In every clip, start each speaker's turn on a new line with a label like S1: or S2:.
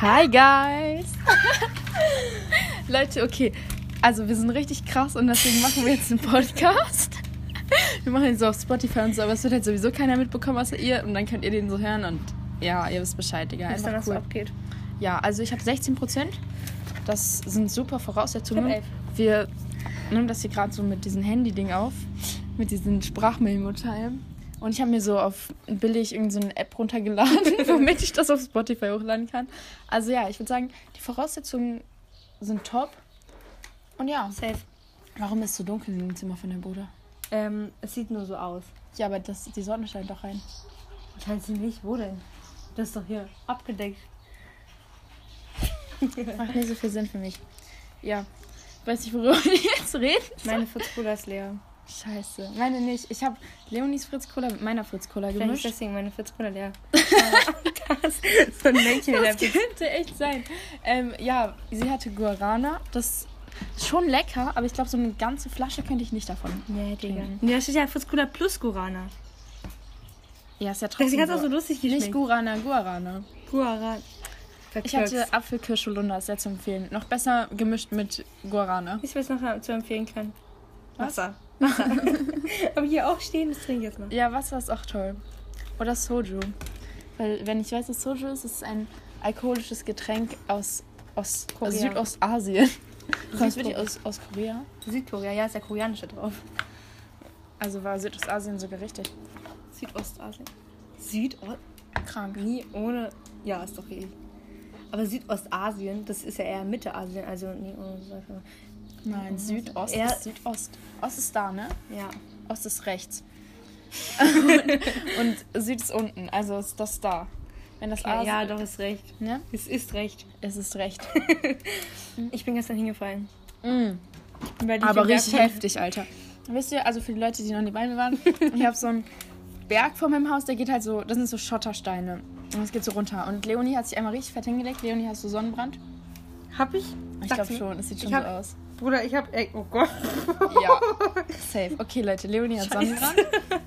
S1: Hi guys! Leute, okay. Also wir sind richtig krass und deswegen machen wir jetzt einen Podcast. Wir machen den so auf Spotify und so, aber es wird halt sowieso keiner mitbekommen außer ihr und dann könnt ihr den so hören und ja, ihr wisst Bescheid, Digga.
S2: Einfach
S1: Einfach
S2: das so
S1: cool.
S2: abgeht.
S1: Ja, also ich habe 16 Prozent. Das sind super
S2: Ich
S1: Voraussetzungen.
S2: hab elf.
S1: Wir nehmen das hier gerade so mit diesem Handy-Ding auf, mit diesen Sprachmemo-Teilen. Und ich habe mir so auf billig irgendeine so eine App runtergeladen, damit ich das auf Spotify hochladen kann. Also ja, ich würde sagen, die Voraussetzungen sind top. Und ja,
S2: Safe.
S1: warum ist es so dunkel im Zimmer von deinem Bruder?
S2: Ähm, es sieht nur so aus.
S1: Ja, aber das, die Sonne scheint doch rein.
S2: Scheint sie nicht, wo denn? Das ist doch hier abgedeckt.
S1: Macht nicht so viel Sinn für mich. Ja, weiß nicht, worüber wir jetzt reden.
S2: Meine Fritz-Cola ist leer.
S1: Scheiße. Meine nicht. Ich habe Leonis Fritz Cola mit meiner Fritz Cola
S2: Vielleicht ist
S1: gemischt.
S2: deswegen meine Fritz-Cola leer. das, so ein Männchen in der
S1: Das könnte echt sein. Ähm, ja, sie hatte Guarana. Das ist schon lecker, aber ich glaube, so eine ganze Flasche könnte ich nicht davon.
S2: Nee, Digga. Nee, da steht ja Fritz-Cola plus Guarana.
S1: Ja, ist ja trotzdem.
S2: Deswegen hat es auch so
S1: Gu-
S2: lustig
S1: nicht
S2: geschmeckt.
S1: Guarana, Guarana.
S2: Guarana.
S1: Ich hatte Apfelkirscholunder, ist sehr zu empfehlen. Noch besser gemischt mit Guarana.
S2: Ich weiß noch zu empfehlen kann.
S1: Was?
S2: Wasser. Wasser. Aber hier auch stehen, das trinke ich jetzt noch.
S1: Ja, Wasser ist auch toll. Oder Soju. Weil, wenn ich weiß, was Soju ist, ist es ein alkoholisches Getränk aus, aus
S2: Korea.
S1: Südostasien. Kommt wirklich
S2: Südkorea.
S1: aus, aus Korea?
S2: Südkorea, ja, ist ja koreanische drauf.
S1: Also war Südostasien sogar richtig
S2: Südostasien. Südost.
S1: krank.
S2: Nie ohne. Ja, ist doch eh. Aber Südostasien, das ist ja eher Mitteasien, also nie ohne. Sache.
S1: Nein, Südost
S2: Ja.
S1: ist Südost. Ost ist da, ne?
S2: Ja.
S1: Ost ist rechts. und, und Süd ist unten, also ist das da. Wenn das
S2: Okay,
S1: Asien,
S2: ja, doch, ist recht.
S1: ne?
S2: Ah, Es ist recht.
S1: Es ist recht.
S2: Ich bin gestern hingefallen.
S1: Mm,
S2: Ich bin bei dir
S1: aber
S2: hier
S1: richtig
S2: Berg-
S1: heftig, Alter. Wisst ihr, also für die Leute, die noch nie bei mir waren, ich habe so einen Berg vor meinem Haus, der geht halt so, das sind so Schottersteine. Und es geht so runter. Und Leonie hat sich einmal richtig fett hingelegt. Leonie, hast du Sonnenbrand?
S2: Hab ich?
S1: Ich
S2: Sag's
S1: glaube
S2: mir.
S1: schon, es sieht
S2: Ich
S1: schon
S2: hab-
S1: so aus.
S2: Bruder, ich hab. Ey, oh Gott.
S1: Ja, safe. Okay, Leute, Leonie hat Sonnenbrand.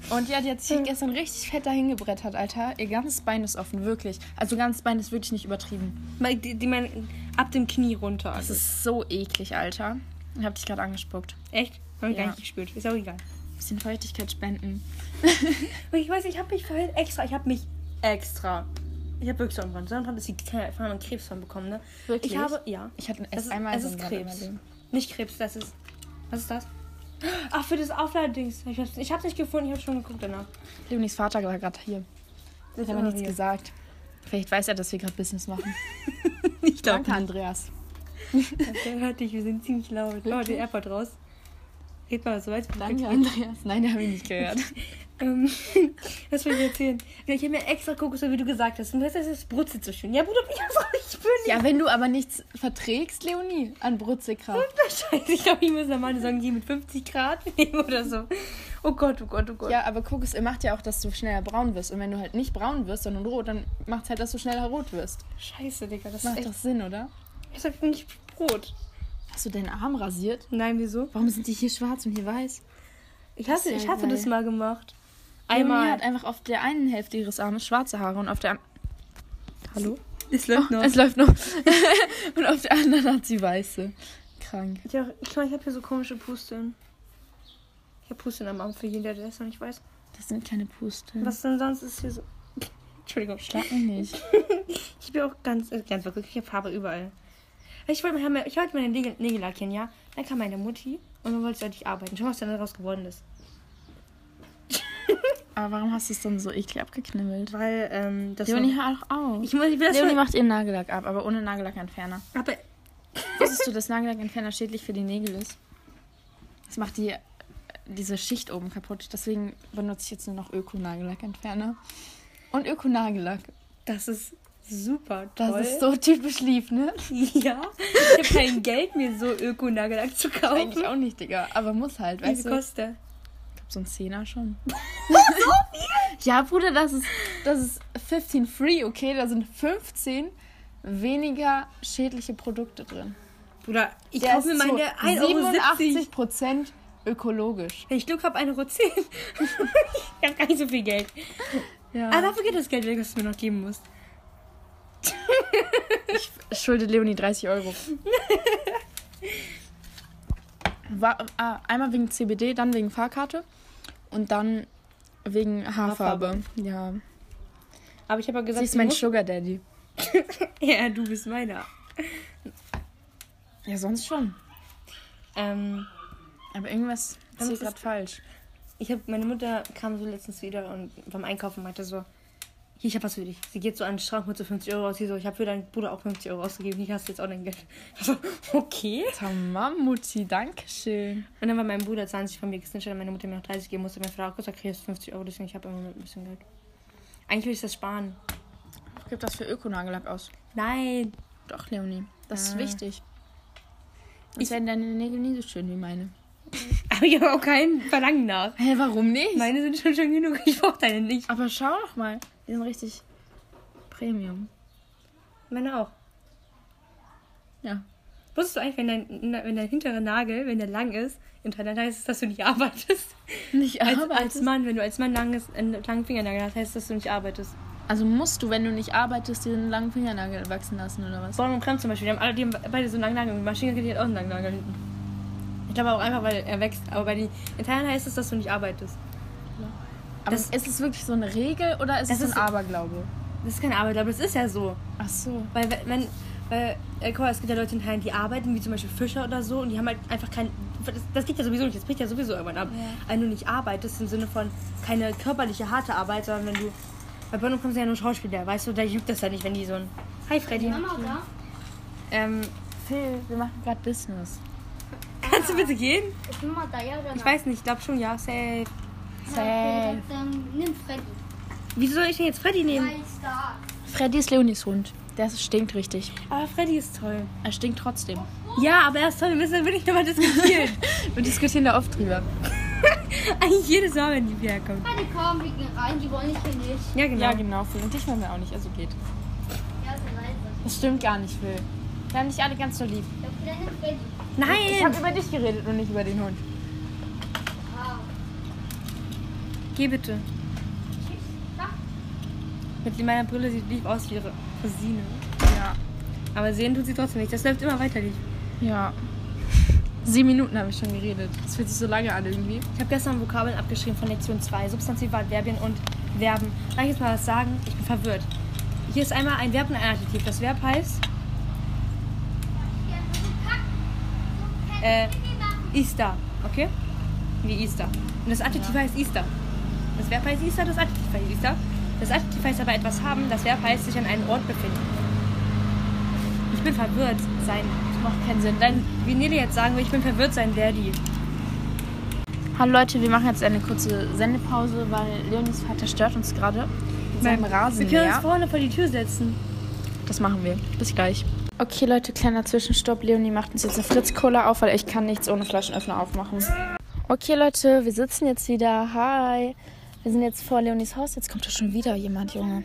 S1: Und die hat jetzt hier gestern richtig fett dahin gebrettert, Alter. Ihr ganzes Bein ist offen, wirklich. Also ganzes Bein ist wirklich nicht übertrieben.
S2: Mein- Die, die, mein, ab dem Knie runter.
S1: Das ist so eklig, Alter. Ich hab dich gerade angespuckt.
S2: Echt? Hab ich
S1: Ja.
S2: gar nicht gespürt. Ist auch egal.
S1: Bisschen Feuchtigkeit spenden.
S2: Und ich weiß, ich habe mich vorhin extra, ich habe mich extra. Ich habe wirklich Sonnenbrand. Sonnenbrand ist die keine Form von Krebs von bekommen, ne?
S1: Wirklich?
S2: Ich habe, ja.
S1: Ich hatte
S2: Es
S1: erst
S2: ist,
S1: einmal
S2: es ist
S1: Sonnenbrand in meinem
S2: Krebs.
S1: Leben.
S2: Nicht Krebs, das ist. Was ist das? Ach, für das Aufladedings. Ich hab's, ich hab's nicht gefunden, ich habe schon geguckt danach.
S1: Leonies Vater war gerade hier.
S2: Das
S1: Ich habe nichts gesagt. Vielleicht weiß er, dass wir gerade Business machen.
S2: Ich glaube
S1: Danke, Andreas.
S2: Der hört dich, wir sind ziemlich laut. Mach mal den AirPod raus. Red mal so, als
S1: Danke, Andreas. Nein, der habe ich nicht gehört.
S2: Ähm, was will ich erzählen? Ja, ich habe mir extra Kokosöl, wie du gesagt hast. Du weißt, das ist brutzelt so schön. Ja, Bruder, ich hab's auch nicht bin
S1: ja, wenn du aber nichts verträgst, Leonie, an Brutzekraft.
S2: Scheiße, ich glaube, ich muss normale Sonne gehen mit 50 Grad nehmen oder so. Oh Gott, oh Gott, oh Gott.
S1: Ja, aber Kokosöl macht ja auch, dass du schneller braun wirst. Und wenn du halt nicht braun wirst, sondern rot, dann macht halt, dass du schneller rot wirst.
S2: Scheiße, Digga, das
S1: Macht
S2: ist
S1: doch
S2: echt.
S1: Sinn, oder?
S2: Ich hab nicht Brot.
S1: Hast du deinen Arm rasiert?
S2: Nein, wieso?
S1: Warum sind die hier schwarz und hier weiß?
S2: Ich hatte,
S1: Ist ja
S2: ich hatte
S1: geil.
S2: das mal gemacht.
S1: Einmal.
S2: Einmal.
S1: hat einfach auf der einen Hälfte ihres Armes schwarze Haare und auf der an- Hallo?
S2: Oh, Es läuft noch.
S1: Es läuft noch. und auf der anderen hat sie weiße. Krank.
S2: Ich glaube, ich, glaub, ich habe hier so komische Pusteln. Ich habe Pusteln am Arm für jeden, der das noch nicht weiß.
S1: Das sind keine Pusteln.
S2: Was denn sonst ist hier so. Entschuldigung.
S1: Schlag mich nicht.
S2: Ich habe ja auch ganz, äh, ganz wirkliche Farbe überall. Ich wollte mir- ich wollte meine Nägel, Nägel lackieren, ja? Dann kam meine Mutti und dann wollte ich endlich arbeiten. Schau, was dann daraus geworden ist.
S1: Aber warum hast du es dann so eklig abgeknibbelt?
S2: Weil, ähm, das
S1: Leonie,
S2: war-
S1: hör auch auf.
S2: Ich muss, ich will das
S1: Leonie
S2: schon,
S1: macht ihren Nagellack ab, aber ohne Nagellackentferner.
S2: aber
S1: Wusstest du, dass Nagellackentferner schädlich für die Nägel ist? Das macht die, diese Schicht oben kaputt. Deswegen benutze ich jetzt nur noch Öko-Nagellackentferner. Und Öko-Nagellack.
S2: das ist super
S1: Das
S2: toll.
S1: ist so typisch lieb, ne?
S2: Ja, ich habe kein Geld, mir so Öko-Nagellack zu kaufen.
S1: Eigentlich auch nicht, Digga. Aber muss halt,
S2: Wie
S1: weißt
S2: viel
S1: du? Ich
S2: kostet der?
S1: glaub, so ein Zehner schon. so viel? Ja, Bruder, das ist, das ist 15 free, okay? Da sind 15 weniger schädliche Produkte drin.
S2: Bruder, ich
S1: Der
S2: kaufe mir
S1: ist zu
S2: meine 1,70 Euro.
S1: 87% ökologisch.
S2: Wenn ich Glück habe, 1,10 Euro. ich habe gar nicht so viel Geld.
S1: Ja.
S2: Aber dafür geht das Geld weg, was du mir noch geben musst.
S1: Ich schulde Leonie 30 Euro. War, ah, einmal wegen CBD, dann wegen Fahrkarte und dann wegen Haarfarbe.
S2: Haarfarbe.
S1: Ja.
S2: Aber ich habe ja gesagt,
S1: Sie ist
S2: sie
S1: mein
S2: muss-
S1: Sugar Daddy.
S2: Ja, du bist meiner.
S1: Ja, sonst schon.
S2: Ähm,
S1: Aber irgendwas ist
S2: Dann
S1: hier
S2: ist es-
S1: gerade falsch.
S2: ich habe meine Mutter kam so letztens wieder und beim Einkaufen meinte so, hier, ich habe was für dich. Sie geht so an den Schrank mit so 50 Euro aus. Sie so, ich habe für deinen Bruder auch 50 Euro ausgegeben. Hier hast du jetzt auch dein Geld. Ich so, okay.
S1: Tamam, Mutti, danke schön.
S2: Und dann war mein Bruder 20 von mir gesnitcht, weil meine Mutter mir noch 30 geben musste. Meine Frau hat gesagt, kriegst du 50 Euro, deswegen ich habe im Moment ein bisschen Geld. Eigentlich will ich das sparen.
S1: Gib das für Öko-Nagellack aus.
S2: Nein.
S1: Doch, Leonie. Das ist
S2: Ah.
S1: wichtig. Sonst werden deine Nägel nie so schön wie meine.
S2: Aber ich habe auch keinen Verlangen nach.
S1: Hä, warum nicht?
S2: Meine sind schon schön genug, ich brauche deine nicht.
S1: Aber schau doch mal. Die sind richtig Premium.
S2: Meine auch.
S1: Ja.
S2: Wusstest du eigentlich, wenn dein, wenn dein hinterer Nagel, wenn der lang ist, in Thailand heißt es, dass du nicht arbeitest?
S1: Nicht
S2: Als,
S1: arbeitest.
S2: als Mann, wenn du als Mann langes, einen langen Fingernagel hast, heißt es, dass du nicht arbeitest.
S1: also musst du, wenn du nicht arbeitest, den langen Fingernagel wachsen lassen oder was?
S2: Born und Kram zum Beispiel, die haben, alle, die haben beide so einen langen Nagel. Und Maschine Gun, die hat auch einen langen Nagel hinten. Ich glaube auch einfach, weil er wächst. Aber bei den, in Thailand heißt es, dass du nicht arbeitest.
S1: Aber
S2: Das-
S1: ist es wirklich so eine Regel oder ist
S2: Das
S1: es so ein
S2: ist-
S1: Aberglaube?
S2: Das ist keine Arbeit, aber das ist ja so.
S1: Ach so.
S2: Weil, wenn- wenn, weil, äh, guck mal, es gibt ja Leute in Thailand, die arbeiten, wie zum Beispiel Fischer oder so, und die haben halt einfach kein. Das, das geht ja sowieso nicht, das bricht ja sowieso irgendwann ab. Wenn du nicht arbeitest, im Sinne von keine körperliche, harte Arbeit, sondern wenn du. Bei Bonn kommst du ja nur Schauspieler, weißt du, da juckt das ja nicht, wenn die so ein. Hi Freddy.
S3: Mama da?
S2: Ähm,
S1: Phil, wir machen gerade Business.
S2: kannst du bitte gehen?
S3: Ist Mama da, ja oder
S2: Ich weiß nicht, ich glaube schon, ja, safe.
S3: Ja, okay, Dann nimm Freddy.
S2: Wieso soll ich denn jetzt Freddy nehmen?
S3: Weil es da.
S1: Freddy ist Leonis Hund. Der stinkt richtig.
S2: Aber Ah, Freddy ist toll.
S1: Er stinkt trotzdem.
S2: Ja, aber er ist toll, wir müssen wirklich nochmal diskutieren.
S1: Wir diskutieren da oft drüber.
S2: Eigentlich jedes Mal, wenn die wiederkommt.
S3: Freddy, komm, wir gehen rein. Die wollen ich hier nicht.
S2: Ja, genau.
S1: Ja, genau. Phil und dich wollen wir auch nicht. Also geht.
S3: Ja, so leise.
S1: Das stimmt gar nicht, Phil. Wir haben dich alle ganz so lieb.
S3: Ja, okay, dann nimm Freddy.
S1: Ich habe
S2: Nein!
S1: über dich geredet und nicht über den Hund.
S3: Ah.
S2: Geh bitte.
S3: Tschüss. Da.
S2: Mit meiner Brille sieht Liv aus wie ihre Cousine.
S1: Ja.
S2: Aber sehen tut sie trotzdem nicht. Das läuft immer weiter, Liv.
S1: Ja. Sieben Minuten habe ich schon geredet. Das fühlt sich so lange an irgendwie.
S2: Ich habe gestern Vokabeln abgeschrieben von Lektion 2. Substantiv, Adverbien und Verben. Darf ich jetzt mal was sagen? Ich bin verwirrt. Hier ist einmal ein Verb und ein Adjektiv. Das Verb heißt
S3: Ja, so kack. So kack.
S2: äh, Ista. Okay? Wie Ista. Und das Adjektiv heißt Ista. Das Verb heißt Ista, das Adjektiv heißt Ista. Das Adjektiv heißt aber etwas haben. Das Verb heißt sich an einem Ort befinden. Ich bin verwirrt sein.
S1: Das macht keinen Sinn. Dann
S2: Wie Nele jetzt sagen würde, ich bin verwirrt sein, Daddy.
S1: Hallo Leute, wir machen jetzt eine kurze Sendepause, weil Leonis Vater stört uns gerade mit seinem
S2: Wir können uns
S1: Rasenmäher.
S2: vorne vor die Tür setzen.
S1: Das machen wir. Bis gleich. Okay Leute, kleiner Zwischenstopp. Leonie macht uns jetzt eine Fritz-Cola auf, weil ich kann nichts ohne Flaschenöffner aufmachen. Okay Leute, wir sitzen jetzt wieder. Hi. Wir sind jetzt vor Leonis Haus. Jetzt kommt doch schon wieder jemand, Junge.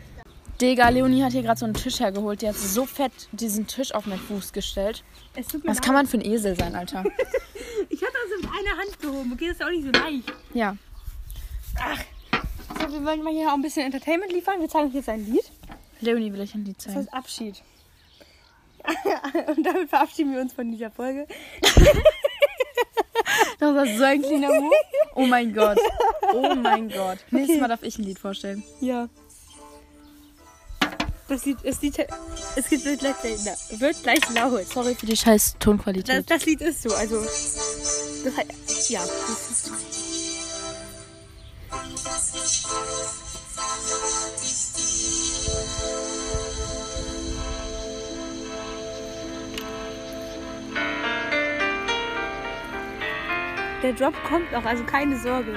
S1: Digga, Leonie hat hier gerade so einen Tisch hergeholt. Die hat so fett diesen Tisch auf meinen Fuß gestellt.
S2: Es tut mir
S1: Was kann man für ein Esel sein, Alter?
S2: Ich hatte das mit einer Hand gehoben. Okay, das ist auch nicht so leicht.
S1: Ja.
S2: So, wir wollen mal hier auch ein bisschen Entertainment liefern. Wir zeigen euch jetzt ein Lied.
S1: Leonie will ich ein Lied
S2: Das
S1: zeigen.
S2: heißt Abschied. Und damit verabschieden wir uns von dieser Folge.
S1: Das war so ein kleiner
S2: Genau.
S1: Move. Oh mein Gott. Oh mein Gott. Nächstes Mal darf ich ein Lied vorstellen.
S2: Ja. Das Lied, das Lied, es geht- wird gleich, na, wird gleich laut.
S1: Sorry für die scheiß
S2: Das,
S1: Tonqualität.
S2: das Lied ist so, also. Das, hat- ja. Das ist, Der Drop kommt noch, also keine Sorge.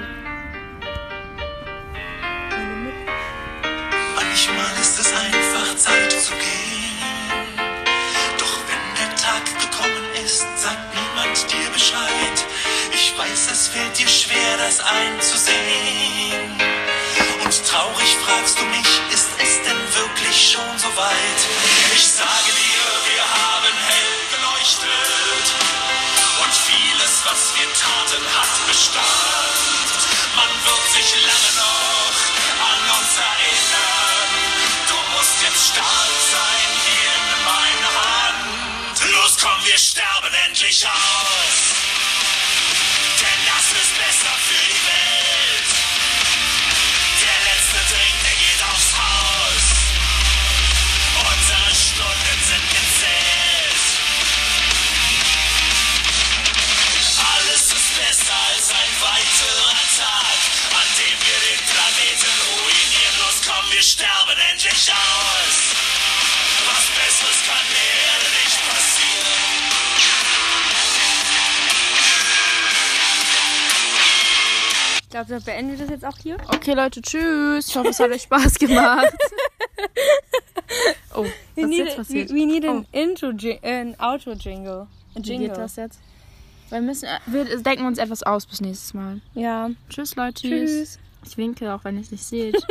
S4: Manchmal ist es einfach Zeit zu gehen. Doch wenn der Tag gekommen ist, sagt niemand dir Bescheid. Ich weiß, es fällt dir schwer, das einzusehen. Und traurig fragst du mich, ist es denn wirklich schon so weit? Ich sage dir, wir haben hell geleuchtet. Und vieles, was wir taten, hat Bestand. Künstler für die Welt. Der letzte Drink, der geht aufs Haus. Unsere Stunden sind gezählt. Alles ist besser als ein weiterer Tag, an dem wir den Planeten ruinieren. Los, komm, wir sterben endlich aus. Was Besseres kann der Erde nicht passieren.
S2: Ich glaube, wir beenden das jetzt auch hier.
S1: Okay, Leute, tschüss. Ich hoffe, es hat euch Spaß gemacht. Oh, was ist jetzt
S2: we,
S1: passiert?
S2: we need an Intro, ji- äh, an Outro Jingle. Ein
S1: Wie geht
S2: Jingle.
S1: das jetzt? Wir müssen, äh, wir denken uns etwas aus bis nächstes Mal.
S2: Ja.
S1: Tschüss, Leute.
S2: Tschüss.
S1: Ich winke, auch wenn ihr es nicht seht.